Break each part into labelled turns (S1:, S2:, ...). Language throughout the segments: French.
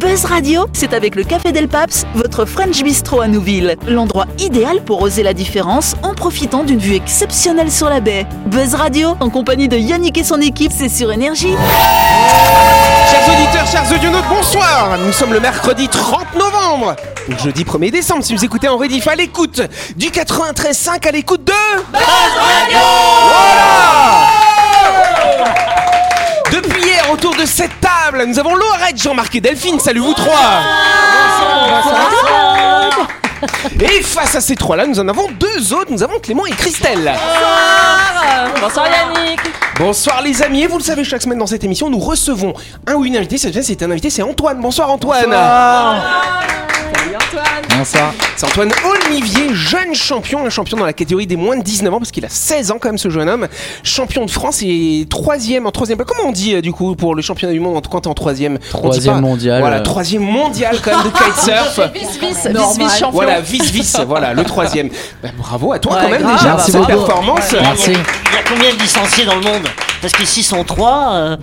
S1: Buzz Radio, c'est avec le Café Del Paps, votre French Bistro à Nouville. L'endroit idéal pour oser la différence en profitant d'une vue exceptionnelle sur la baie. Buzz Radio, en compagnie de Yannick et son équipe, c'est sur Énergie.
S2: Chers auditeurs, chers audionautes, bonsoir Nous sommes le mercredi 30 novembre ou le jeudi 1er décembre, si vous écoutez en rediff, à l'écoute du 93.5 à l'écoute de... Voilà Depuis hier, autour de cette table, nous avons Laurette, Jean-Marc et Delphine, salut vous trois Et face à ces trois-là, nous en avons deux autres, nous avons Clément et Christelle
S3: Bonsoir
S2: Ah.
S3: Yannick
S2: Bonsoir les amis, et vous le savez, chaque semaine dans cette émission, nous recevons un ou une invitée. Cette semaine, c'est un invité, c'est Antoine. Bonsoir Antoine
S4: Bonsoir.
S2: C'est Antoine Olivier, jeune champion, un champion dans la catégorie des moins de 19 ans, parce qu'il a 16 ans quand même ce jeune homme. Champion de France et troisième en troisième. Comment on dit euh, du coup pour le championnat du monde quand t'es en troisième On dit
S4: Troisième
S2: pas-
S4: mondial. euh.
S2: Voilà, troisième mondial quand même de kitesurf.
S3: Vice-vice,
S5: Normal.
S3: vice-vice-champion
S2: Voilà, vice-vice, voilà, le troisième. Bah, bravo à toi quand même
S3: grave.
S2: déjà
S4: Merci
S2: pour cette
S4: beaucoup.
S2: performance.
S4: Merci.
S6: Il y a- Il y a combien de licenciés dans le monde Parce qu'ici, sont trois. euh,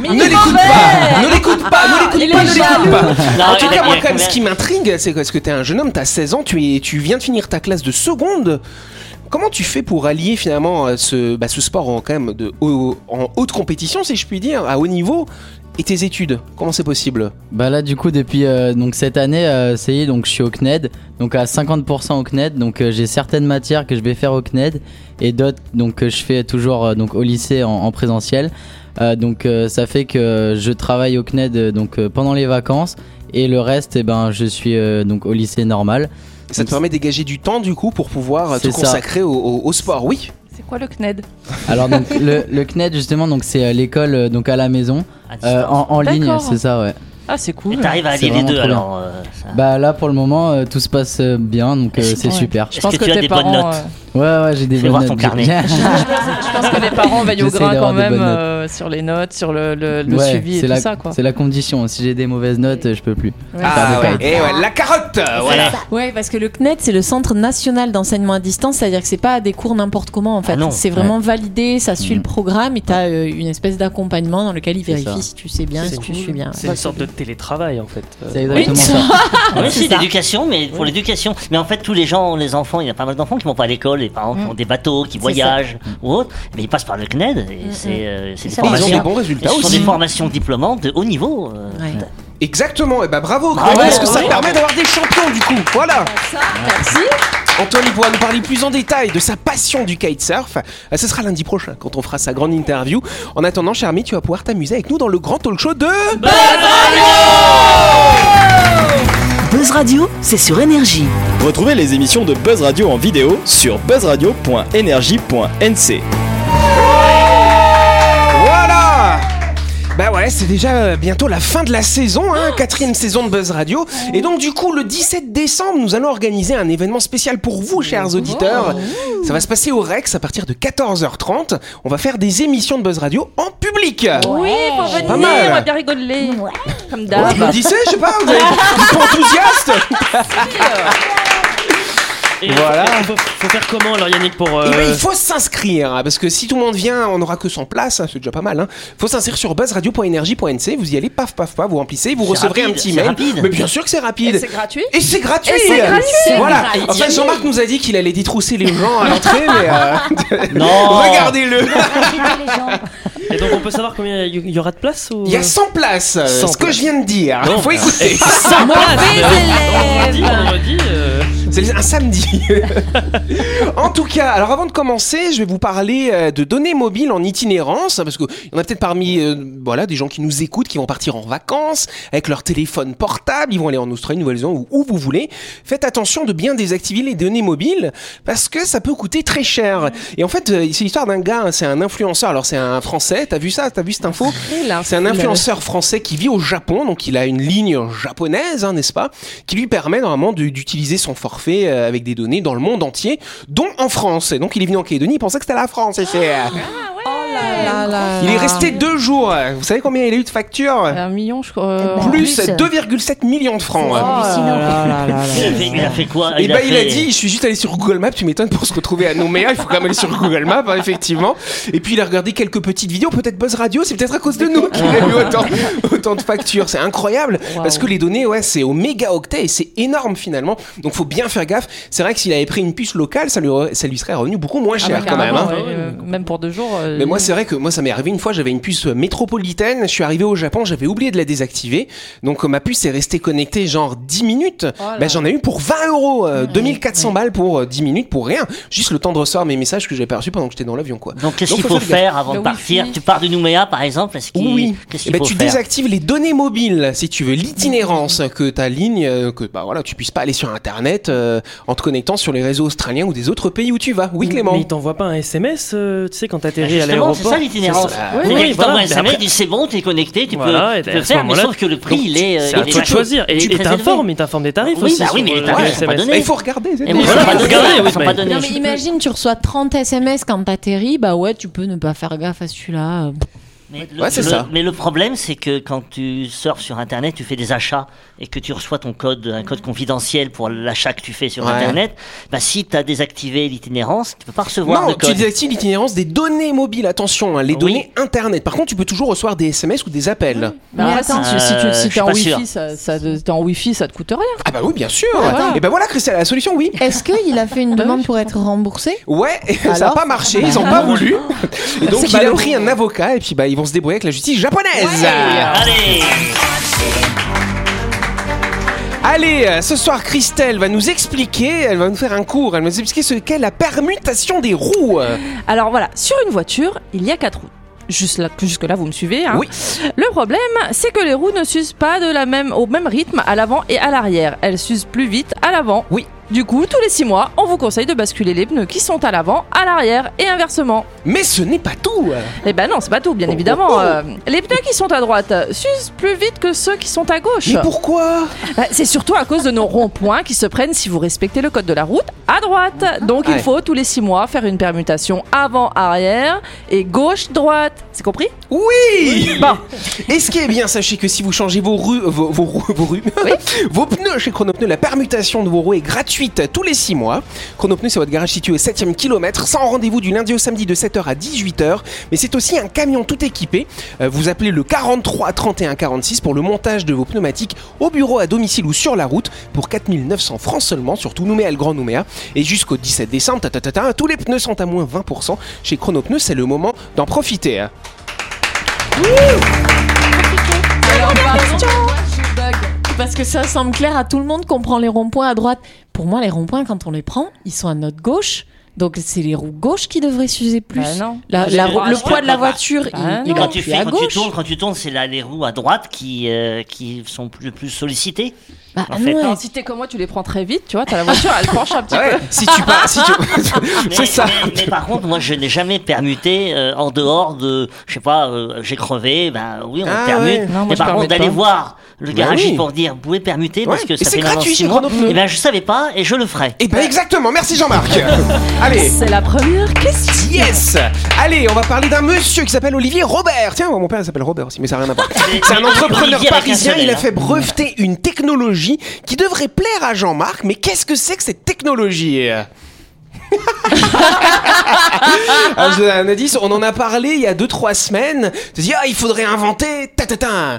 S3: Mais
S2: Ne l'écoute pas, ne l'écoute pas, ne l'écoute
S3: Il
S2: pas,
S3: est
S2: ne l'écoute
S3: jaloux.
S2: pas.
S6: Non,
S2: en tout
S6: il a-
S2: cas, moi,
S6: il
S2: quand même,
S6: a combien
S2: ce qui m'intrigue, c'est parce que t'es un jeune homme, t'as 16 ans, tu, es, tu viens de finir ta classe de seconde. Comment tu fais pour allier finalement euh, ce, bah, ce sport en, quand même de, haut- en haute compétition, si je puis dire, à haut niveau et tes études, comment c'est possible
S4: Bah là, du coup, depuis euh, donc cette année, euh, ça y est, donc je suis au CNED, donc à 50% au CNED, donc euh, j'ai certaines matières que je vais faire au CNED et d'autres donc que je fais toujours euh, donc au lycée en, en présentiel. Euh, donc euh, ça fait que je travaille au CNED euh, donc euh, pendant les vacances et le reste, eh ben je suis euh, donc au lycée normal.
S2: Ça te permet de dégager du temps du coup pour pouvoir euh, te
S4: C'est ça.
S2: consacrer au, au- au sport, oui
S5: C'est quoi le CNED
S4: Alors donc le, le CNED justement, donc c'est euh, l'école euh, donc à la maison
S6: à distance.
S4: euh, en, en ligne,
S5: D'accord.
S4: c'est ça, ouais.
S5: Ah, c'est
S6: Et
S5: cool.
S6: Ah, t'arrives à
S4: c'est
S6: allier les
S4: vraiment
S6: deux
S4: trop bien.
S6: alors. euh, ça.
S4: Bah là pour le moment euh, tout se passe euh, bien donc euh,
S6: Est-ce-
S4: c'est
S5: ouais.
S4: super.
S6: Est-ce
S5: Je pense
S6: que
S5: que,
S6: tu as
S5: tes
S6: des bonnes
S5: parents,
S6: notes
S5: euh,
S4: Ouais ouais j'ai des
S6: Je vais
S4: bonnes
S6: Ah, voir
S4: notes.
S6: ton
S4: j'ai-
S6: carnet.
S5: je pense que les parents veillent au
S4: J'essaie
S5: grain
S4: d'avoir
S5: quand
S4: des
S5: même
S4: bonnes notes.
S5: euh, sur les notes, sur le, le- le
S4: Ouais,
S5: suivi et
S4: c'est
S5: tout
S4: la,
S5: ça quoi.
S4: C'est la condition. hein. Si j'ai des mauvaises notes, je peux plus.
S5: Ouais.
S2: Ah
S4: ça
S2: ouais,
S4: dépend.
S2: et ouais, la carotte euh, voilà.
S7: Ouais, parce que le CNED, c'est le Centre national d'enseignement à distance, c'est-à-dire que c'est pas des cours n'importe comment en fait.
S6: Ah non.
S7: c'est vraiment validé, ça suit
S4: Mm.
S7: le programme et t'as euh, une espèce d'accompagnement dans lequel ils
S4: C'est
S7: vérifient
S4: ça.
S7: si tu sais bien, si tu suis bien.
S8: C'est une sorte de télétravail en fait. Euh,
S4: C'est exactement
S7: Oui.
S4: ça.
S6: Oui,
S7: c'est
S6: c'est
S7: ça.
S6: l'éducation, mais pour l'éducation. Mais en fait, tous les gens, les enfants, il y a pas mal d'enfants qui vont pas à l'école, les parents qui ont des bateaux, qui voyagent ou autre, mais ils passent par le CNED et c'est euh, c'est des
S7: ça,
S2: Ils ont des
S6: formations.
S2: bons
S6: et
S2: résultats
S6: Ce sont des
S2: aussi.
S6: formations diplômantes de haut niveau. euh.
S7: Ouais.
S2: Exactement, et bah bravo,
S6: Ah ouais,
S2: parce que ça
S6: ouais.
S2: permet d'avoir des champions du coup, voilà.
S7: Merci.
S2: Anthony pourra nous parler plus en détail de sa passion du kitesurf. Euh, Ce sera lundi prochain quand on fera sa grande interview. En attendant, cher ami, tu vas pouvoir t'amuser avec nous dans le grand talk show de...
S1: Buzz Radio, c'est sur Énergie.
S9: Retrouvez les émissions de Buzz Radio en vidéo sur buzzradio.energie.nc.
S2: Voilà bah ouais, c'est déjà euh, bientôt la fin de la saison, hein, quatrième saison de Buzz Radio. Et donc du coup, le 17 décembre, nous allons organiser un événement spécial pour vous, chers auditeurs. Ça va se passer au Rex à partir de 14h30. On va faire des émissions de Buzz Radio en public.
S7: Oh,
S3: Oui, pour venir,
S2: Pas mal.
S3: on va bien rigoler.
S7: Mm.
S3: Comme
S2: Ouais,
S3: d'hab.
S2: applaudissez, je sais pas, vous avez vous êtes enthousiaste
S8: et
S2: Voilà.
S8: Faut, faut- faut faire comment alors Yannick pour. euh,
S2: Eh ben, il faut s'inscrire, hein, parce que si tout le monde vient, on n'aura que 100 places, hein, c'est déjà pas mal. hein. faut s'inscrire sur buzzradio.energie.nc, vous y allez, paf, paf, paf, vous remplissez, vous
S6: C'est
S2: recevrez un
S6: rapide,
S2: petit
S6: c'est
S2: mail.
S6: rapide.
S2: Mais bien sûr que c'est rapide.
S3: Et c'est gratuit
S2: Et c'est gratuit.
S3: Et c'est gratuit. C'est
S2: Voilà.
S3: gratuit.
S2: Enfin, Jean-Marc nous a dit qu'il allait détrousser les gens à l'entrée, mais euh,
S6: Non.
S2: regardez-le.
S6: Oh.
S8: Et donc on peut savoir combien il y- il y aura de places ou...
S2: Il y a 100 places, euh,
S8: 100
S2: ce que
S8: places.
S2: je viens de dire.
S8: Bon,
S2: faut écouter.
S8: Vendredi, vendredi, euh,
S2: C'est un samedi. en tout cas, alors avant de commencer, je vais vous parler euh, de données mobiles en itinérance, hein, parce qu'il y en a peut-être parmi euh, voilà, des gens qui nous écoutent, qui vont partir en vacances avec leur téléphone portable, ils vont aller en Australie, Nouvelle-Zélande ou où vous voulez. Faites attention de bien désactiver les données mobiles, parce que ça peut coûter très cher. Et en fait, euh, c'est l'histoire d'un gars, hein, c'est un influenceur, alors c'est un Français, t'as vu ça, t'as vu cette info Hein, c'est un influenceur français qui vit au Japon, donc il a une ligne japonaise, hein, n'est-ce pas, qui lui permet normalement de- d'utiliser son forfait euh, avec des données dans le monde entier, dont en France. Et donc il est venu en Calédonie, il pensait que c'était la France. Et c'est, euh,
S7: Oh là là
S2: Il est
S7: là.
S2: resté
S10: Ah.
S2: deux jours. Vous savez combien il a eu de factures
S5: Un million, je
S7: Eh
S5: crois. euh,
S7: ben.
S5: en
S2: Plus
S10: plus.
S2: 2,7 millions de francs.
S10: C'est hallucinant.
S6: Il a fait, hein, il a fait quoi
S2: Et bah, il a
S6: fait-
S2: dit, je suis juste allé sur Google Maps, tu m'étonnes pour se retrouver à Nouméa, il faut quand même aller sur Google Maps, hein, effectivement. Et puis il a regardé quelques petites vidéos, peut-être Buzz Radio, c'est peut-être à cause de nous qu'il a eu autant, autant de factures. C'est incroyable, parce que les données, ouais, c'est au méga octet et c'est énorme finalement. Donc faut bien faire gaffe. C'est vrai que s'il avait pris une puce locale, ça lui, re- ça lui serait revenu beaucoup moins
S5: Ah
S2: cher
S5: bah,
S2: quand même. hein.
S5: carrément, ouais, euh, Même pour deux jours. euh,
S2: Mais moi, c'est vrai que moi, ça m'est arrivé une fois. J'avais une puce métropolitaine. Je suis arrivé au Japon, j'avais oublié de la désactiver. Donc, euh, ma puce est restée connectée genre 10 minutes. Ben, j'en ai eu pour 20 euros, euh, 2400 balles pour euh, 10 minutes pour rien. Juste le temps de recevoir mes messages que j'avais pas reçus pendant que j'étais dans l'avion, quoi.
S6: Donc qu'est-ce qu'il faut,
S2: gaffe.
S6: faire avant
S5: Le
S6: de partir
S5: wifi.
S6: Tu pars de Nouméa par exemple est-ce qu'il-
S2: Oui. Eh
S6: Qu'est-ce qu'il
S2: ben,
S6: faut
S2: tu
S6: faire
S2: désactives les données mobiles si tu veux l'itinérance que ta ligne, euh, que bah voilà, tu puisses pas aller sur Internet euh, en te connectant sur les réseaux australiens ou des autres pays où tu vas. Oui, Clément.
S8: Mais il t'envoie pas un SMS, euh, tu sais, quand t'atterris à
S6: Bah, Justement,
S8: l'aéroport.
S6: c'est ça l'itinérance.
S8: C'est ça.
S6: Oui,
S8: Oui,
S6: oui, il
S8: oui,
S6: t'envoie
S8: voilà.
S6: un
S8: Mais
S6: SMS,
S8: après-
S6: il dit c'est bon, t'es connecté, tu peux,
S8: Voilà, et
S6: tu
S8: à
S6: peux
S8: ce
S6: faire, mais
S8: moment-là,
S6: sauf que le prix,
S8: donc,
S6: il est. euh,
S8: C'est à
S6: il est
S8: toi de
S6: très-
S8: choisir. Et
S6: il est
S8: et
S6: très
S8: t'informes,
S6: élevé.
S8: il t'informe des tarifs
S6: Oui,
S8: aussi.
S6: bah oui,
S8: sur,
S6: mais les
S8: euh,
S6: tarifs,
S8: les
S6: c'est pas
S8: SMS.
S6: donné.
S2: il faut regarder.
S6: Eh oui,
S8: Voilà,
S6: ils sont pas
S8: faut
S6: donnés,
S8: regarder,
S6: ils sont
S8: oui,
S6: pas
S8: mais-
S6: donnés.
S7: Non mais imagine tu reçois 30 SMS quand t'atterris, bah ouais tu peux ne pas faire gaffe à celui-là.
S6: Mais le,
S2: Ouais, c'est
S6: le-
S2: ça.
S6: mais le problème, c'est que quand tu surfes sur Internet, tu fais des achats et que tu reçois ton code, un code confidentiel pour l'achat que tu fais sur
S2: Ouais.
S6: Internet, bah, si tu as désactivé l'itinérance, tu peux pas recevoir
S2: Non,
S6: le
S2: tu
S6: code.
S2: désactives l'itinérance des données mobiles, attention, hein, les
S6: Oui.
S2: données internet. Par contre, tu peux toujours recevoir des SMS ou des appels.
S10: Mais
S6: Ah,
S10: attends,
S6: c'est-
S10: si tu
S6: euh,
S10: si
S6: je
S10: t'es
S6: suis
S10: en
S6: pas
S10: wifi,
S6: sûr.
S10: ça, ça, t'es en wifi, ça te coûte rien.
S2: Ah bah oui, bien sûr.
S10: voilà.
S2: Et ben voilà, Christelle, la solution, oui.
S7: Est-ce qu'il a fait une demande pour être remboursé
S2: Ouais, ça n'a
S10: Alors
S2: pas marché, ils n'ont pas voulu. Et donc,
S10: C'est
S2: il a
S10: ballot.
S2: pris un avocat et puis bah, ils vont se débrouiller avec la justice japonaise.
S6: Allez
S2: Allez, euh, ce soir, Christelle va nous expliquer, elle va nous faire un cours, elle va nous expliquer ce qu'est la permutation des roues.
S3: Alors voilà, sur une voiture, il y a quatre roues. Juste là, jusque-là, vous me suivez. hein.
S2: Oui.
S3: Le problème, c'est que les roues ne s'usent pas de la même, au même rythme à l'avant et à l'arrière. Elles s'usent plus vite à l'avant.
S2: Oui.
S3: Du coup, tous les six mois, on vous conseille de basculer les pneus qui sont à l'avant, à l'arrière et inversement.
S2: Mais ce n'est pas tout.
S3: Eh ben non, c'est pas tout,
S2: Oh,
S3: bien évidemment. Euh, les pneus qui sont à droite s'usent plus vite que ceux qui sont à gauche.
S2: Mais pourquoi
S3: Bah, C'est surtout à cause de nos ronds-points qui se prennent, si vous respectez le code de la route, à droite. Donc
S2: Ouais.
S3: il faut tous les six mois faire une permutation avant-arrière et gauche-droite. C'est compris
S2: Oui Bon. Et ce qui est bien, sachez que si vous changez vos rues, vos, vos, roues- vos rues, vos pneus chez Chronopneu, la permutation de vos roues est gratuite tous les 6 mois. Chronopneu, c'est votre garage situé au 7ème kilomètre, sans rendez-vous du lundi au samedi de 7h à 18h. Mais c'est aussi un camion tout équipé. Euh, Vous appelez le 43 31 46 pour le montage de vos pneumatiques au bureau, à domicile ou sur la route pour 4900 francs seulement, surtout Nouméa le Grand Nouméa. Et jusqu'au 17 décembre, ta, ta, ta, ta, tous les pneus sont à moins 20%. Chez Chronopneu, c'est le moment d'en profiter. hein.
S7: Alors, par contre, moi, je
S3: Bah,
S7: bug. Parce que ça semble clair à tout le monde qu'on prend les ronds-points à droite. Pour moi, les ronds-points, quand on les prend, ils sont à notre gauche. Donc, c'est les roues gauches qui devraient s'user plus.
S5: Bah non.
S7: La-
S6: C'est
S7: la-
S6: les roues à
S7: le
S6: droite,
S7: poids de la
S6: là-bas.
S7: voiture,
S5: Bah
S7: il,
S5: non.
S7: il
S6: Et
S7: est
S6: quand tu,
S7: appuyé
S6: fais,
S7: à
S6: quand tu
S7: gauche.
S6: tournes, quand tu tournes, c'est là les roues à droite qui, euh, qui sont plus- le plus sollicitées.
S7: Bah
S6: en fait,
S7: non,
S5: hein.
S6: non,
S7: ouais.
S3: Si t'es comme moi, tu les prends très vite, tu vois, t'as la voiture, elle penche un petit
S2: Ah ouais, si tu pars, si tu...
S6: Mais-
S2: c'est ça.
S6: Mais, mais par contre, moi, je n'ai jamais permuté euh, en dehors de, je sais pas, euh, j'ai crevé, ben oui, on
S2: Ah
S6: permute.
S2: ouais.
S5: Non, moi,
S6: mais
S5: je
S6: par contre,
S5: permute
S6: d'aller
S5: pas.
S6: voir le
S2: Bah
S6: garagiste
S2: oui.
S6: pour dire, vous pouvez permuter parce
S2: Ouais,
S6: que
S2: et
S6: ça
S2: c'est
S6: fait maintenant
S2: gratuit
S6: six
S2: chez
S6: mois.
S2: Chronopneu.
S6: Et ben, je savais pas et je le ferai.
S2: Et ben exactement, merci Jean-Marc. Allez.
S3: C'est la première question.
S2: Yes Allez, on va parler d'un monsieur qui s'appelle Olivier Robert. Tiens, mon père il s'appelle Robert aussi, mais ça n'a rien à voir. C'est un entrepreneur
S6: Olivier avec un
S2: parisien,
S6: seul,
S2: il a
S6: hein.
S2: fait breveter une technologie qui devrait plaire à Jean-Marc, mais qu'est-ce que c'est que cette technologie Ah, je vous donne un indice, on en a parlé il y a 2-3 semaines. Tu dis, ah, il faudrait inventer. Ta, ta, ta.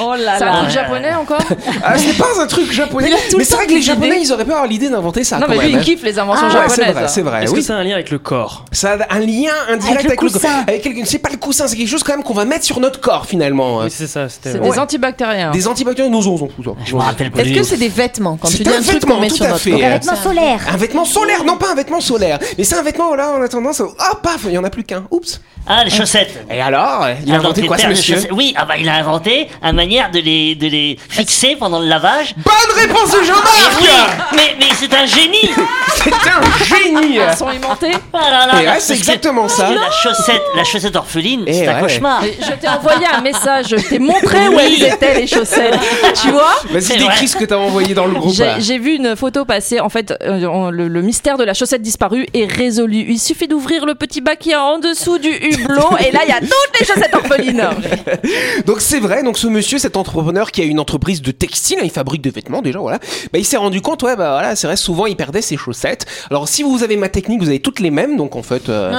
S3: Oh là
S6: là.
S3: là. japonais encore
S2: Ah, c'est pas un truc japonais. Mais c'est vrai que les japonais, ils auraient pas avoir l'idée d'inventer ça.
S3: Non,
S2: quand
S3: mais lui,
S2: même,
S3: il
S2: hein.
S3: kiffe les inventions
S2: Ouais,
S3: japonaises. hein.
S2: c'est vrai, c'est vrai.
S6: Ah
S8: Est-ce
S2: oui.
S8: que c'est un lien avec le corps
S2: Ça a un lien indirect
S10: Avec le
S2: avec, le
S10: coussin.
S2: Avec quelqu'un- c'est pas le coussin, c'est quelque chose quand même qu'on va mettre sur notre corps finalement.
S8: Oui, c'est ça. C'était.
S3: C'est
S2: Ouais.
S3: des antibactériens.
S2: Des antibactériens, nos os, on fout ça.
S6: Je me rappelle plus.
S7: Est-ce que c'est des vêtements Quand
S2: C'est
S7: tu dis
S2: un
S7: un truc
S2: vêtement,
S7: qu'on met
S2: tout
S7: sur
S2: à
S7: notre
S2: fait.
S7: corps.
S10: Un vêtement solaire.
S2: Un vêtement solaire, non pas un vêtement solaire, mais c'est un vêtement là, on a tendance, à- ah paf, il y en a plus qu'un. Oups.
S6: Ah, les chaussettes
S2: Et alors, il a
S6: Alors,
S2: inventé
S6: tes
S2: quoi ce
S6: paires de
S2: monsieur
S6: chaussettes- Oui, ah bah, il a inventé trouver une manière de les, de les fixer pendant le lavage.
S2: Bonne réponse de
S6: Ah,
S2: Jean-Marc
S6: Mais, mais c'est un génie
S2: C'est un génie
S3: Elles sont aimantées
S6: Ah là là,
S2: Et ouais, c'est
S6: parce que-
S2: exactement ça.
S6: parce que La chaussette, la chaussette orpheline,
S2: Eh
S6: c'est un
S2: ouais.
S6: cauchemar.
S3: Mais Je t'ai envoyé un message, je t'ai montré où elles étaient les chaussettes. Tu vois
S2: Vas-y,
S6: C'est
S2: décris
S6: vrai.
S2: ce que t'as envoyé dans le groupe.
S3: J'ai-
S2: là.
S3: J'ai vu une photo passer. En fait, euh, on- le, le mystère de la chaussette disparue est résolu. Il suffit d'ouvrir le petit bac qui est en dessous du hublot et là, il y a toutes les chaussettes orphelines.
S2: Donc c'est vrai, donc ce monsieur, cet entrepreneur qui a une entreprise de textile, hein, il fabrique des vêtements déjà, voilà, bah, il s'est rendu compte, ouais, bah voilà, c'est vrai, souvent il perdait ses chaussettes. Alors si vous avez ma technique, vous avez toutes les mêmes, donc en fait, euh,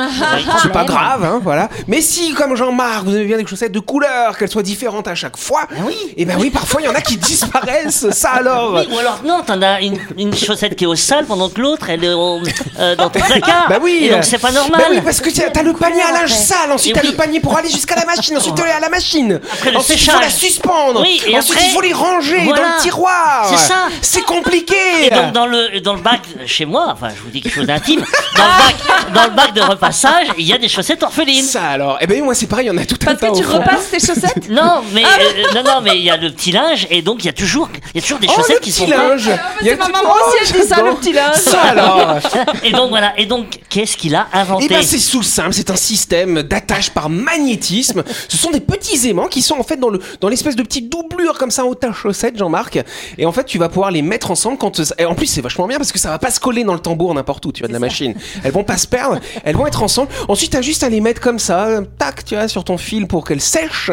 S2: c'est pas grave, hein, voilà. Mais si, comme Jean-Marc, vous avez bien des chaussettes de couleur, qu'elles soient différentes à chaque fois, et ben oui, parfois il y en a qui disparaissent, ça alors.
S6: Oui, ou alors non, t'en as une, une chaussette qui est au sale pendant que l'autre elle est au- euh, dans ton placard.
S2: Bah oui.
S6: Et donc c'est pas normal.
S2: Bah oui, parce que t'as t'as le panier à linge
S6: après.
S2: sale, ensuite
S6: Et
S2: t'as
S6: oui.
S2: le panier pour aller jusqu'à la machine, ensuite t'as à la machine.
S6: Après, le
S2: ensuite il faut
S6: séchage.
S2: la suspendre.
S6: Oui, et
S2: ensuite
S6: après-
S2: il faut les ranger dans
S6: Voilà.
S2: le tiroir.
S6: C'est ça.
S2: C'est compliqué.
S6: Et donc dans le dans le bac euh, chez moi, enfin je vous dis quelque chose d'intime, dans le bac dans le bac de repassage, il y a des chaussettes orphelines.
S2: Ça alors. Eh ben moi c'est pareil, on a tout un
S3: Parce
S2: tas
S3: que
S2: au
S3: tu
S2: fond.
S3: repasses tes chaussettes
S6: Non mais
S2: Ah,
S6: euh, non non mais il y a le petit linge et donc il y a toujours il y a toujours des
S2: Oh
S6: chaussettes
S2: le
S6: qui
S2: petit
S6: sont pas-
S2: linge. Il y a
S3: C'est ma
S2: tout-
S3: maman aussi, elle dit ça,
S2: j'adore.
S3: le petit linge.
S2: Ça alors.
S6: Et donc voilà et donc qu'est-ce qu'il a
S2: Et
S6: inventé
S2: ben c'est tout simple, c'est un système d'attache par magnétisme. Ce sont des petits aimants qui sont en fait dans le dans l'espèce de petite doublure comme ça au ta chaussette, Jean-Marc. Et en fait, tu vas pouvoir les mettre ensemble quand et en plus c'est vachement bien parce que ça va pas se coller dans le tambour n'importe où, tu vois de la machine. Elles vont pas se perdre, elles vont être ensemble. Ensuite, t'as juste à les mettre comme ça, euh, tac, tu vois, sur ton fil pour qu'elles sèchent.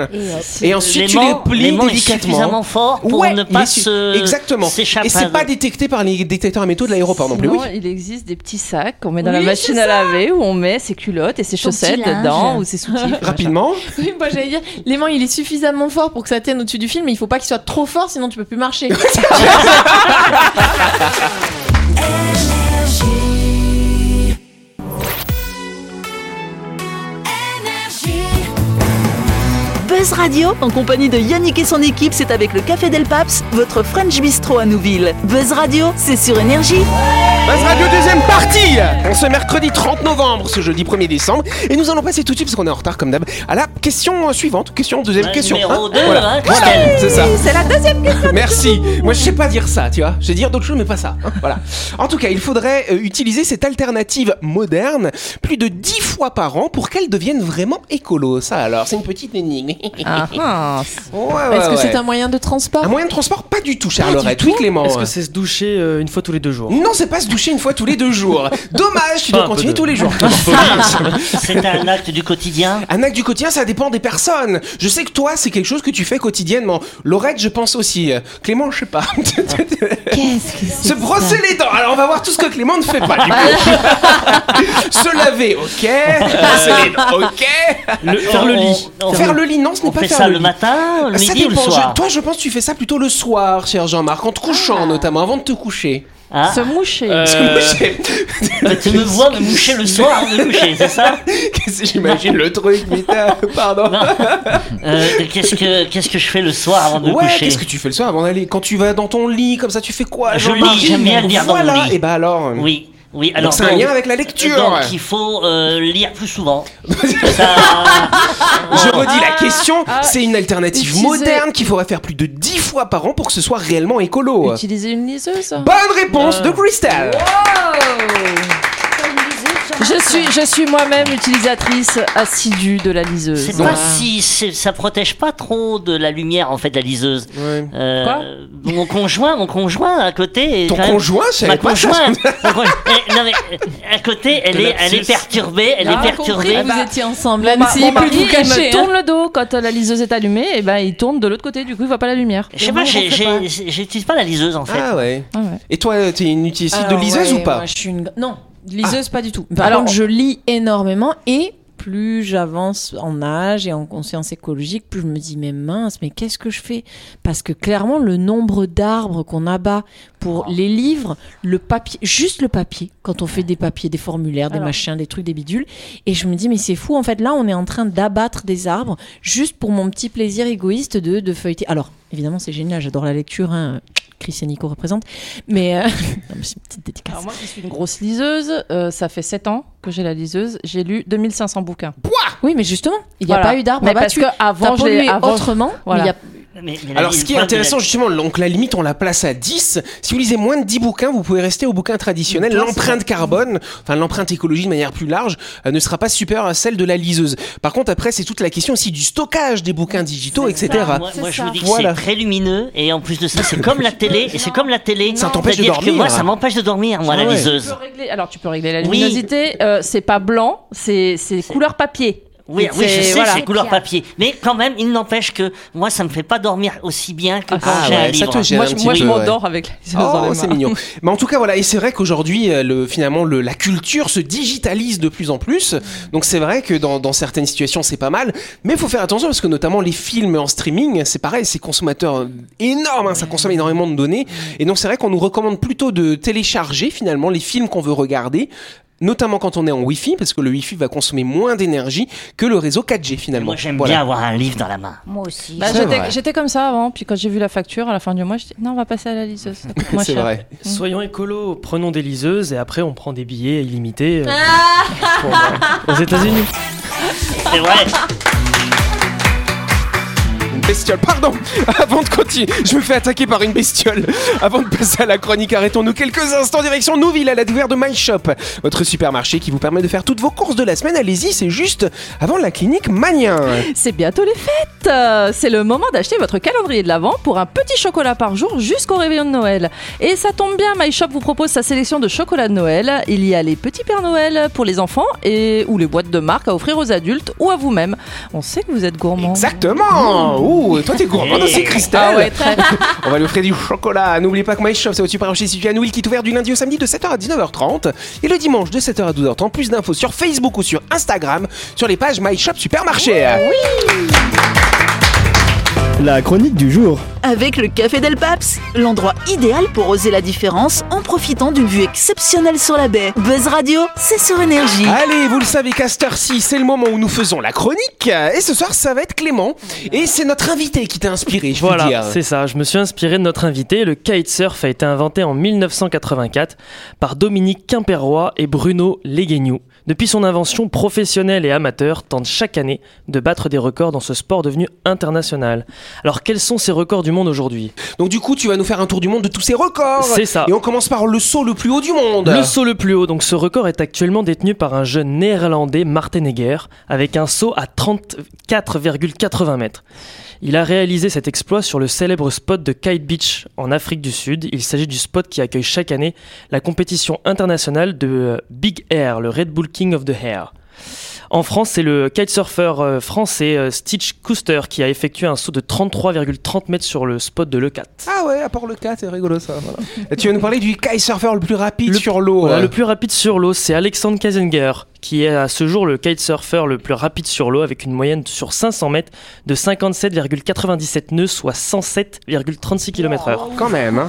S2: Et, ensuite, tu les
S6: L'aimant-
S2: plies
S6: l'aimant est
S2: délicatement.
S6: suffisamment fort pour
S2: Ouais,
S6: ne
S2: il est
S6: pas
S2: su-
S6: se
S2: exactement.
S6: s'échapper.
S2: Et c'est pas détecté par les détecteurs à métaux de l'aéroport non plus. Oui.
S3: Sinon, Il existe des petits sacs qu'on met dans la
S7: Oui,
S3: machine
S7: c'est
S3: à laver où on met ses culottes et ses
S10: Ton petit
S3: chaussettes
S10: linge.
S3: dedans ou ses soutifs.
S2: Rapidement.
S7: Oui, moi j'allais dire, l'aimant il est suffisamment fort pour que ça tienne au-dessus du film, mais il faut pas qu'il soit trop fort sinon tu peux plus marcher.
S1: Buzz Radio, en compagnie de Yannick et son équipe, c'est avec le Café Del Paps, votre French Bistro à Nouville. Buzz Radio, c'est sur Énergie.
S2: Buzz Radio deuxième partie On ce mercredi 30 novembre, ce jeudi 1er décembre, et nous allons passer tout de suite, parce qu'on est en retard comme d'hab, à la question euh, suivante, question, deuxième
S6: Ouais,
S2: question.
S6: numéro
S2: hein.
S6: deux,
S2: voilà,
S6: hein,
S2: voilà,
S6: Christelle.
S2: c'est ça.
S3: C'est la deuxième
S2: Merci. Moi, je sais pas dire ça, tu vois. Je sais dire d'autres choses, mais pas ça. hein. Voilà. En tout cas, il faudrait euh, utiliser cette alternative moderne plus de 10 fois par an pour qu'elle devienne vraiment écolo. Ça, alors, c'est une petite énigme.
S3: Ah, ah,
S2: Ouais, ouais,
S7: Est-ce que
S2: ouais.
S7: c'est un moyen de transport
S2: Un moyen de transport Pas du tout, Charleroi. Oui, Clément.
S8: Est-ce que c'est se doucher euh, une fois tous les deux jours
S2: Non, c'est pas se doucher une fois tous les deux jours. Dommage, tu
S8: Pas
S2: dois
S8: un peu
S2: continuer
S8: de-
S2: tous les jours.
S6: C'est un acte du quotidien.
S2: Un acte du quotidien, ça dépend des personnes. Je sais que toi, c'est quelque chose que tu fais quotidiennement. Laurette, je pense aussi. Euh, Clément, je sais pas.
S10: Qu'est-ce que c'est
S2: Se brosser les dents. Alors, on va voir tout ce que Clément ne fait pas. du coup. Se laver, ok.
S6: Euh,
S2: Brosser les dents, ok.
S8: Le- Faire le lit.
S6: Ah, On, on-
S2: faire le lit, non, ce n'est
S6: on
S2: pas
S6: fait
S2: faire
S6: ça
S2: le
S6: le
S2: lit.
S6: matin, le
S2: ça
S6: midi ou le
S2: dépend. Je-
S6: soir
S2: toi, je pense que tu fais ça plutôt le soir, cher Jean-Marc, en te couchant notamment, avant de te coucher.
S6: Ah,
S3: se moucher.
S8: Euh,
S2: Parce que moi, j'ai-
S6: Tu me vois me moucher le soir avant de me coucher, c'est ça
S2: Qu'est-ce que J'imagine le truc, putain, pardon.
S6: Non. Euh, qu'est-ce, que, qu'est-ce que je fais le soir avant de me
S2: Ouais,
S6: coucher
S2: qu'est-ce que tu fais le soir avant d'aller Quand tu vas dans ton lit, comme ça, tu fais quoi
S6: Je
S2: Jean-Marc
S6: lis, j'aime bien lire dans mon
S2: voilà.
S6: lit.
S2: Et bah alors.
S6: Oui, oui.
S2: Alors
S6: Alors
S2: c'est un
S6: donc-
S2: lien avec la lecture.
S6: Donc il faut euh, lire plus souvent. Ça-
S2: Je
S6: Ah.
S2: redis la question. c'est une alternative
S3: Ah. utiliser-
S2: moderne qu'il faudrait faire plus de 10 fois par an pour que ce soit réellement écolo.
S7: Utiliser une liseuse hein.
S3: bah,
S2: Bonne
S6: Ah.
S2: réponse de Christelle.
S3: Je suis, je suis moi-même utilisatrice assidue de la
S2: Euh,
S3: liseuse.
S6: c'est pas si c'est- ça protège pas trop de la lumière en fait la liseuse.
S2: Ouais.
S6: Euh, mon conjoint, mon conjoint à côté. est
S2: Ton
S6: quand même-
S2: conjoint, c'est
S6: Ma
S2: pas ça.
S6: conjointe, ma conjointe- eh, non mais euh, à côté, elle
S8: Quel
S6: est, elle est
S8: lapsus.
S6: perturbée, elle
S7: Ah,
S6: est perturbée.
S7: compris, vous étiez ensemble,
S3: bah, Mon ma-
S7: Annecy,
S3: mon
S7: plus
S3: mari,
S7: de vous
S3: il
S7: cacher. hein.
S3: me tourne le dos quand euh, la liseuse est allumée, et ben il tourne de l'autre côté, du coup il voit pas la lumière.
S6: Je sais pas, j'ai- j'ai- j'ai- j'utilise pas la liseuse en fait.
S2: Ah ouais.
S3: Ah ouais. Ah
S2: Et toi, t'es une utilisatrice de liseuse ou pas
S7: Ah
S2: Ah.
S7: moi, je suis une... Non, liseuse pas du tout. Par
S3: Alors-
S7: contre, je lis énormément et plus j'avance en âge et en conscience écologique, plus je me dis mais mince, mais qu'est-ce que je fais Parce que clairement, le nombre d'arbres qu'on abat
S2: Ah.
S7: pour les livres, le papier, juste le papier, quand on fait des papiers, des formulaires, des
S3: Alors.
S7: machins, des trucs, des bidules, et je me dis mais c'est fou, en fait là on est en train d'abattre des arbres juste pour mon petit plaisir égoïste de, de feuilleter. Alors évidemment c'est génial, j'adore la lecture, hein, Chris et Nico représentent, mais... euh, non, mais c'est une petite dédicace.
S3: Alors moi qui suis une grosse liseuse, euh, ça fait 7 ans que j'ai la liseuse, j'ai lu 2500 bouquins.
S7: Ah Oui, mais justement, il n'y a
S3: Voilà.
S7: pas eu d'arbres
S3: Mais parce
S7: abattus.
S3: que avant
S7: T'as
S3: j'ai
S7: pollué
S3: avant
S7: autrement, mais
S3: Voilà.
S7: il y a
S6: mais- mais la
S2: Alors,
S6: ligne-
S2: ce qui est
S6: le problème de la-
S2: intéressant, justement, donc la limite, on la place à 10. Si vous lisez moins de 10 bouquins, vous pouvez rester au bouquin traditionnel. L'empreinte carbone, enfin, l'empreinte écologique de manière plus large, euh, ne sera pas supérieure à celle de la liseuse. Par contre, après, c'est toute la question aussi du stockage des bouquins digitaux, etc.
S6: Bah, moi, moi, je vous dis que
S2: Voilà.
S6: c'est très lumineux et en plus de ça, c'est comme la télé et c'est comme la télé.
S2: Ça t'empêche de
S6: C'est-à-dire que
S2: dormir. hein.
S6: Moi, ça m'empêche de dormir, moi, la
S2: Ah ouais.
S3: Tu
S6: liseuse.
S3: peux régler- alors tu peux régler la
S6: Oui.
S3: luminosité, euh, c'est pas blanc, c'est c'est couleur papier.
S6: Oui,
S3: Donc
S6: oui, je
S3: c'est-
S6: sais,
S3: voilà.
S6: c'est couleur papier. Mais quand même, il n'empêche que moi, ça me fait pas dormir aussi bien que quand
S2: Ah
S6: j'ai
S2: ouais,
S6: un
S2: ça
S6: livre.
S2: te gêne Moi, un je- petit moi, je peu, m'endors ouais.
S3: avec
S2: Oh, c'est mignon. Mais en tout cas, voilà. Et c'est vrai qu'aujourd'hui, euh, le, finalement, le, la culture se digitalise de plus en plus. Donc, c'est vrai que dans, dans certaines situations, c'est pas mal. Mais il faut faire attention parce que, notamment, les films en streaming, c'est pareil, c'est consommateur euh, énorme. hein, ça consomme énormément de données. Et donc, c'est vrai qu'on nous recommande plutôt de télécharger, finalement, les films qu'on veut regarder. Notamment quand on est en Wi-Fi, parce que le Wi-Fi va consommer moins d'énergie que le réseau 4G finalement.
S6: Moi, j'aime
S2: Voilà.
S6: bien avoir un livre dans la main.
S5: Moi aussi.
S3: Bah,
S2: C'est
S3: j'étais-
S2: vrai.
S3: J'étais comme ça avant, puis quand j'ai vu la facture à la fin du mois, je dis non, on va passer à la liseuse. ça coûte moins
S2: C'est
S3: cher.
S2: vrai.
S6: Mmh.
S8: Soyons écolos, prenons des liseuses et après on prend des billets illimités euh,
S6: Ah.
S8: pour, euh, aux États-Unis.
S6: C'est vrai.
S2: Ah, Une bestiole, pardon Avant de continuer, je me fais attaquer par une bestiole. Avant de passer à la chronique, arrêtons-nous quelques instants direction Nouville à la découverte de My Shop, votre supermarché qui vous permet de faire toutes vos courses de la semaine. Allez-y, c'est juste avant la clinique Magnien.
S3: C'est bientôt les fêtes Euh, C'est le moment d'acheter votre calendrier de l'Avent pour un petit chocolat par jour jusqu'au réveillon de Noël. Et ça tombe bien, My Shop vous propose sa sélection de chocolats de Noël. Il y a les petits Pères Noël pour les enfants et ou les boîtes de marque à offrir aux adultes ou à vous-même. On sait que vous êtes gourmand.
S2: Exactement Ouh, toi t'es gourmand aussi, Christelle
S3: Mmh. Ah ouais, très.
S2: On va lui offrir du chocolat. N'oubliez pas que My Shop, c'est votre supermarché situé à Nouville qui est ouvert du lundi au samedi de 7h à 19h30 et le dimanche de 7h à 12h30. Plus d'infos sur Facebook ou sur Instagram sur les pages My Shop Supermarché.
S9: La chronique du jour.
S1: Avec le Café Del Paps, l'endroit idéal pour oser la différence en profitant d'une vue exceptionnelle sur la baie. Buzz Radio, c'est sur énergie.
S2: Allez, vous le savez, Caster-ci, c'est le moment où nous faisons la chronique. Et ce soir, ça va être Clément. Et c'est notre invité qui t'a inspiré, je veux
S8: Voilà,
S2: dire.
S8: c'est ça. Je me suis inspiré de notre invité. Le kitesurf a été inventé en 1984 par Dominique Quimperroy et Bruno Leguignou. Depuis son invention, professionnels et amateurs tentent chaque année de battre des records dans ce sport devenu international. Alors, quels sont ces records du monde aujourd'hui
S2: Donc du coup, tu vas nous faire un tour du monde de tous ces records.
S8: C'est ça.
S2: Et on commence par le saut le plus haut du monde.
S8: Le saut le plus haut, donc ce record est actuellement détenu par un jeune néerlandais, Martin Eger, avec un saut à 34,80 mètres. Il a réalisé cet exploit sur le célèbre spot de Kite Beach en Afrique du Sud. Il s'agit du spot qui accueille chaque année la compétition internationale de euh, Big Air, le Red Bull King of the Air. En France, c'est le kitesurfer euh, français euh, Stitch Cooster qui a effectué un saut de 33,30 mètres sur le spot de Leucate.
S2: Ah ouais, à part le 4, c'est rigolo ça. voilà. Et tu vas nous parler du kitesurfer le plus rapide sur l'eau.
S8: Voilà,
S2: euh.
S8: le plus rapide sur l'eau, c'est Alexandre Kazenger, qui est à ce jour le kitesurfer le plus rapide sur l'eau, avec une moyenne sur 500 mètres de 57,97 nœuds, soit 107,36 km/h.
S2: Quand même. hein.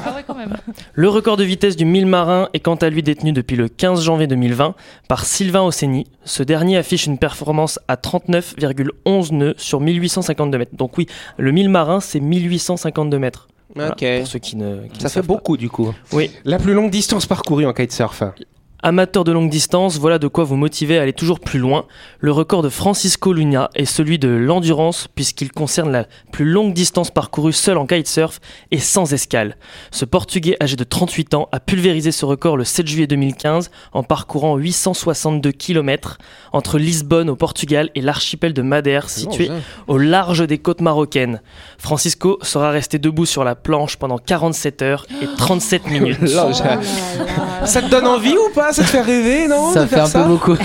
S8: Le record de vitesse du mille marin est quant à lui détenu depuis le 15 janvier 2020 par Sylvain Ossény. Ce dernier affiche une performance à 39,11 nœuds sur 1852 mètres. Donc oui, le mille marin, c'est 1852 mètres. Voilà,
S2: Ok.
S8: pour ceux qui ne, qui ne
S2: Ça fait
S8: savent pas.
S2: beaucoup du coup.
S8: Oui.
S2: La plus longue distance parcourue en kitesurf.
S8: Amateur de longue distance, voilà de quoi vous motiver à aller toujours plus loin. Le record de Francisco Luna est celui de l'endurance puisqu'il concerne la plus longue distance parcourue seul en kitesurf et sans escale. Ce Portugais âgé de 38 ans a pulvérisé ce record le 7 juillet 2015 en parcourant 862 km entre Lisbonne au Portugal et l'archipel de Madère
S2: long,
S8: situé
S2: ça.
S8: au large des côtes marocaines. Francisco sera resté debout sur la planche pendant 47 heures et 37 minutes.
S2: Là, j'ai- hein. ça te donne envie ou pas Ça te fait rêver, non
S4: ça
S2: de
S4: fait
S2: faire
S4: un peu beaucoup.
S2: Non,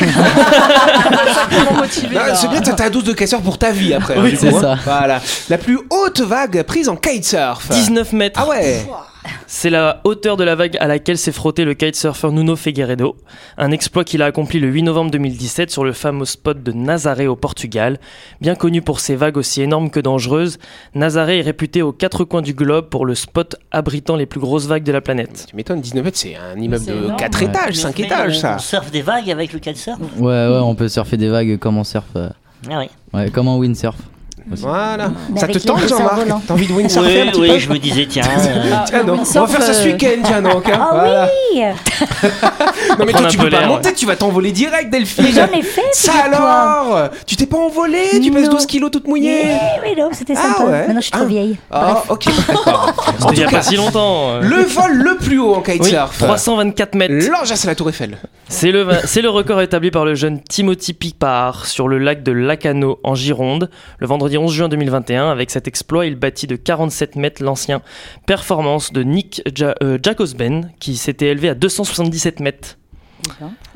S2: C'est bien, t'as ta dose de casseur pour ta vie après. hein,
S4: Oui,
S2: du
S4: c'est
S2: coup, hein.
S4: ça.
S2: Voilà. La plus haute vague prise en kitesurf.
S8: 19 mètres.
S2: Ah ouais
S8: C'est la hauteur de la vague à laquelle s'est frotté le kitesurfer Nuno Figueiredo, un exploit qu'il a accompli le 8 novembre 2017 sur le fameux spot de Nazaré au Portugal. Bien connu pour ses vagues aussi énormes que dangereuses, Nazaré est réputé aux quatre coins du globe pour le spot abritant les plus grosses vagues de la planète.
S2: Tu m'étonnes, 19 mètres, c'est un immeuble
S7: C'est
S2: de
S7: énorme.
S2: 4 étages, 5
S6: Mais
S2: étages,
S6: on-
S2: ça.
S6: On surfe des vagues avec le kitesurf.
S4: Ouais, ouais, on peut surfer des vagues comme on surfe. euh,
S6: Ah oui.
S4: Ouais, comme en windsurf.
S2: Voilà.
S10: Mais
S2: Ça te
S10: avec
S2: tente,
S10: les
S2: Jean-Marc
S10: windsurfers
S2: T'as envie de windsurfer
S6: Oui,
S2: un petit
S6: oui,
S2: peu
S6: je me disais, tiens, euh,
S2: Tiens donc, on va faire ça ce week-end, tiens donc. hein.
S10: euh. Ah
S2: Voilà.
S10: oui
S2: Non mais toi
S8: Prendre
S2: tu
S8: un
S2: peux
S8: peu
S2: pas
S8: l'air,
S2: monter, tu vas t'envoler direct Delphine.
S10: J'en ai fait,
S2: Ça
S10: figure-toi.
S2: alors Tu t'es pas envolé Tu pèses 12 kilos toute mouillée
S10: Eh oui, non, c'était
S2: Ah
S10: sympa.
S2: ouais
S10: Maintenant, je suis trop
S2: Ah.
S10: vieille.
S2: Ah ok.
S8: C'était il y a pas si longtemps. euh.
S2: Le vol le plus haut en
S8: Oui,
S2: kitesurf.
S8: 324 mètres.
S2: L'Angers à la Tour Eiffel.
S8: C'est le, c'est le record établi par le jeune Timothy Pipard sur le lac de Lacano en Gironde le vendredi 11 juin 2021. Avec cet exploit, il bâtit de 47 mètres l'ancien performance de Nick Ja- euh, Jacobsen qui s'était élevé à 277 mètres.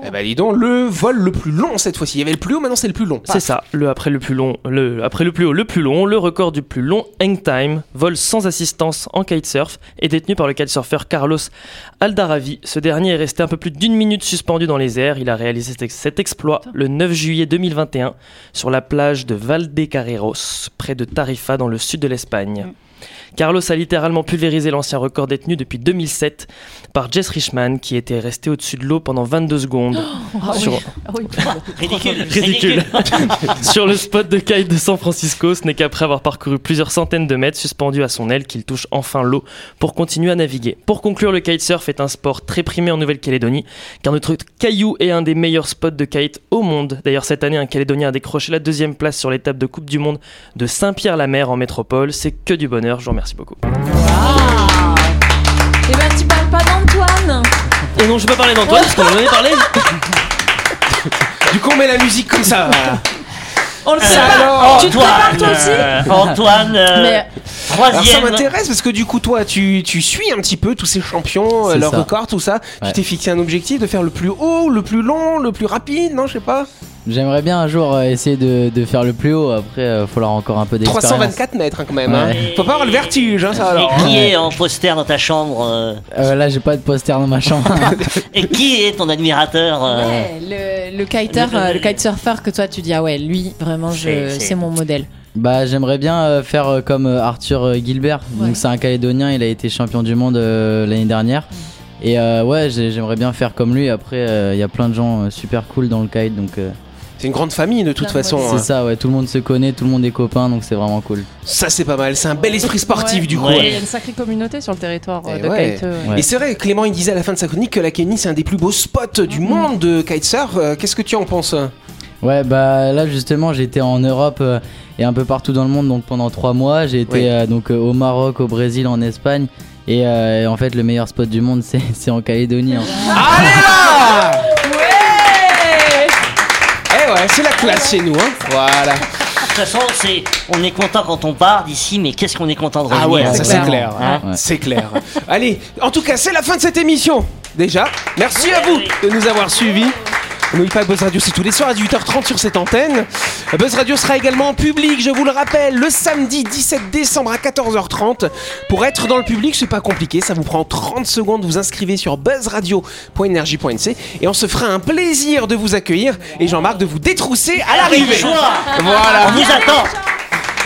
S2: Eh ben dis donc, le vol le plus long cette fois-ci. Il y avait le plus haut, maintenant c'est le plus long.
S8: C'est ça, le après le plus long, le après le plus haut, le plus long, le record du plus long hang time, vol sans assistance en kitesurf, est détenu par le kitesurfeur Carlos Aldaravi. Ce dernier est resté un peu plus d'une minute suspendu dans les airs. Il a réalisé cet, ex- cet exploit le 9 juillet 2021 sur la plage de Valdecarreros, près de Tarifa, dans le sud de l'Espagne. Carlos a littéralement pulvérisé l'ancien record détenu depuis 2007 par Jess Richman, qui était resté au-dessus de l'eau pendant 22 secondes sur,
S6: ridicule,
S8: Ridicule. Sur le spot de kite de San Francisco, ce n'est qu'après avoir parcouru plusieurs centaines de mètres suspendu à son aile qu'il touche enfin l'eau pour continuer à naviguer. Pour conclure, le kitesurf est un sport très primé en Nouvelle-Calédonie car notre caillou est un des meilleurs spots de kite au monde. D'ailleurs, cette année, un Calédonien a décroché la deuxième place sur l'étape de Coupe du Monde de Saint-Pierre-la-Mer en métropole. C'est que du bonheur, je vous remercie beaucoup.
S7: Eh ben, tu parles pas d'Antoine
S8: Et non, je vais pas parler d'Antoine parce qu'on en avait parlé.
S2: Du coup on met la musique comme ça. voilà.
S7: On le sait
S2: Ça
S7: pas
S2: alors
S7: Tu te prépares toi aussi
S6: euh, Antoine, euh,
S7: Mais
S2: Alors ça
S6: troisième.
S2: m'intéresse parce que du coup toi tu, tu suis un petit peu tous ces champions, euh,
S4: C'est
S2: leurs
S4: ça.
S2: records, tout ça. Tu
S4: Ouais.
S2: t'es fixé un objectif de faire le plus haut, le plus long, le plus rapide, non je sais pas.
S4: J'aimerais bien un jour euh, essayer de, de faire le plus haut. Après, il falloir encore un peu d'expérience.
S2: 324 mètres hein, quand même.
S4: Ouais.
S2: hein. Faut pas avoir le vertige hein, ça alors.
S6: et qui est en poster dans ta chambre euh,
S4: Euh, là, j'ai pas de poster dans ma chambre.
S6: Et qui est ton admirateur euh,
S7: Ouais, le, le kiteur, euh, le kitesurfer que toi tu dis ah ouais lui vraiment je
S6: C'est- c'est-
S7: c'est mon modèle.
S4: bah, j'aimerais bien euh, faire euh, comme euh, Arthur euh, Gilbert.
S7: Ouais.
S4: Donc, c'est un Calédonien. Il a été champion du monde euh, l'année dernière. Et euh, ouais, j'ai- j'aimerais bien faire comme lui. Après, il y a plein de gens euh, super cool dans le kite. Donc, euh,
S2: C'est une grande famille de toute
S7: Plein de
S2: façon.
S4: c'est
S2: hein.
S4: ça, ouais. Tout le monde se connaît, tout le monde est copain. Donc, c'est vraiment cool.
S2: Ça c'est pas mal, c'est un bel esprit sportif
S6: Ouais.
S2: du coup.
S6: Ouais.
S5: Il y a une sacrée communauté sur le territoire euh,
S2: Eh
S5: de
S2: ouais.
S5: Kate. euh,
S4: Ouais.
S2: Et c'est vrai, Clément, il disait à la fin de sa chronique que la Kenny, c'est un des plus beaux spots du monde de kitesurf. Euh, Qu'est-ce que tu en penses
S4: Ouais, bah là justement, j'étais en Europe euh, et un peu partout dans le monde donc pendant trois mois. J'ai été
S2: Oui.
S4: euh, donc euh, au Maroc, au Brésil, en Espagne. Et, euh, et en fait, le meilleur spot du monde, c'est c'est en Calédonie. hein.
S2: Allez là Ouais Eh ouais, c'est la classe chez nous, hein. Voilà.
S6: De toute façon, c'est, on est content quand on part d'ici, mais qu'est-ce qu'on est content de revenir
S2: Ah ouais, ça c'est
S6: hein.
S2: clair.
S6: Hein
S4: Ouais.
S2: C'est clair. Allez, en tout cas, c'est la fin de cette émission. Déjà, merci à vous de nous avoir suivis. N'oubliez pas que Buzz Radio, c'est tous les soirs à 18h30 sur cette antenne. Buzz Radio sera également en public, je vous le rappelle, le samedi 17 décembre à 14h30. Pour être dans le public, c'est pas compliqué, ça vous prend 30 secondes, vous inscrivez sur buzzradio.energie.nc et on se fera un plaisir de vous accueillir et Jean-Marc de vous détrousser à l'arrivée.
S6: Joie.
S2: Voilà.
S6: On vous attend.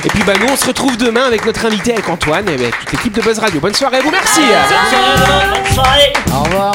S2: Et puis bah nous on se retrouve demain avec notre invité avec Antoine et avec toute l'équipe de Buzz Radio. Bonne soirée à vous, merci.
S6: Bonne soirée.
S4: Au revoir.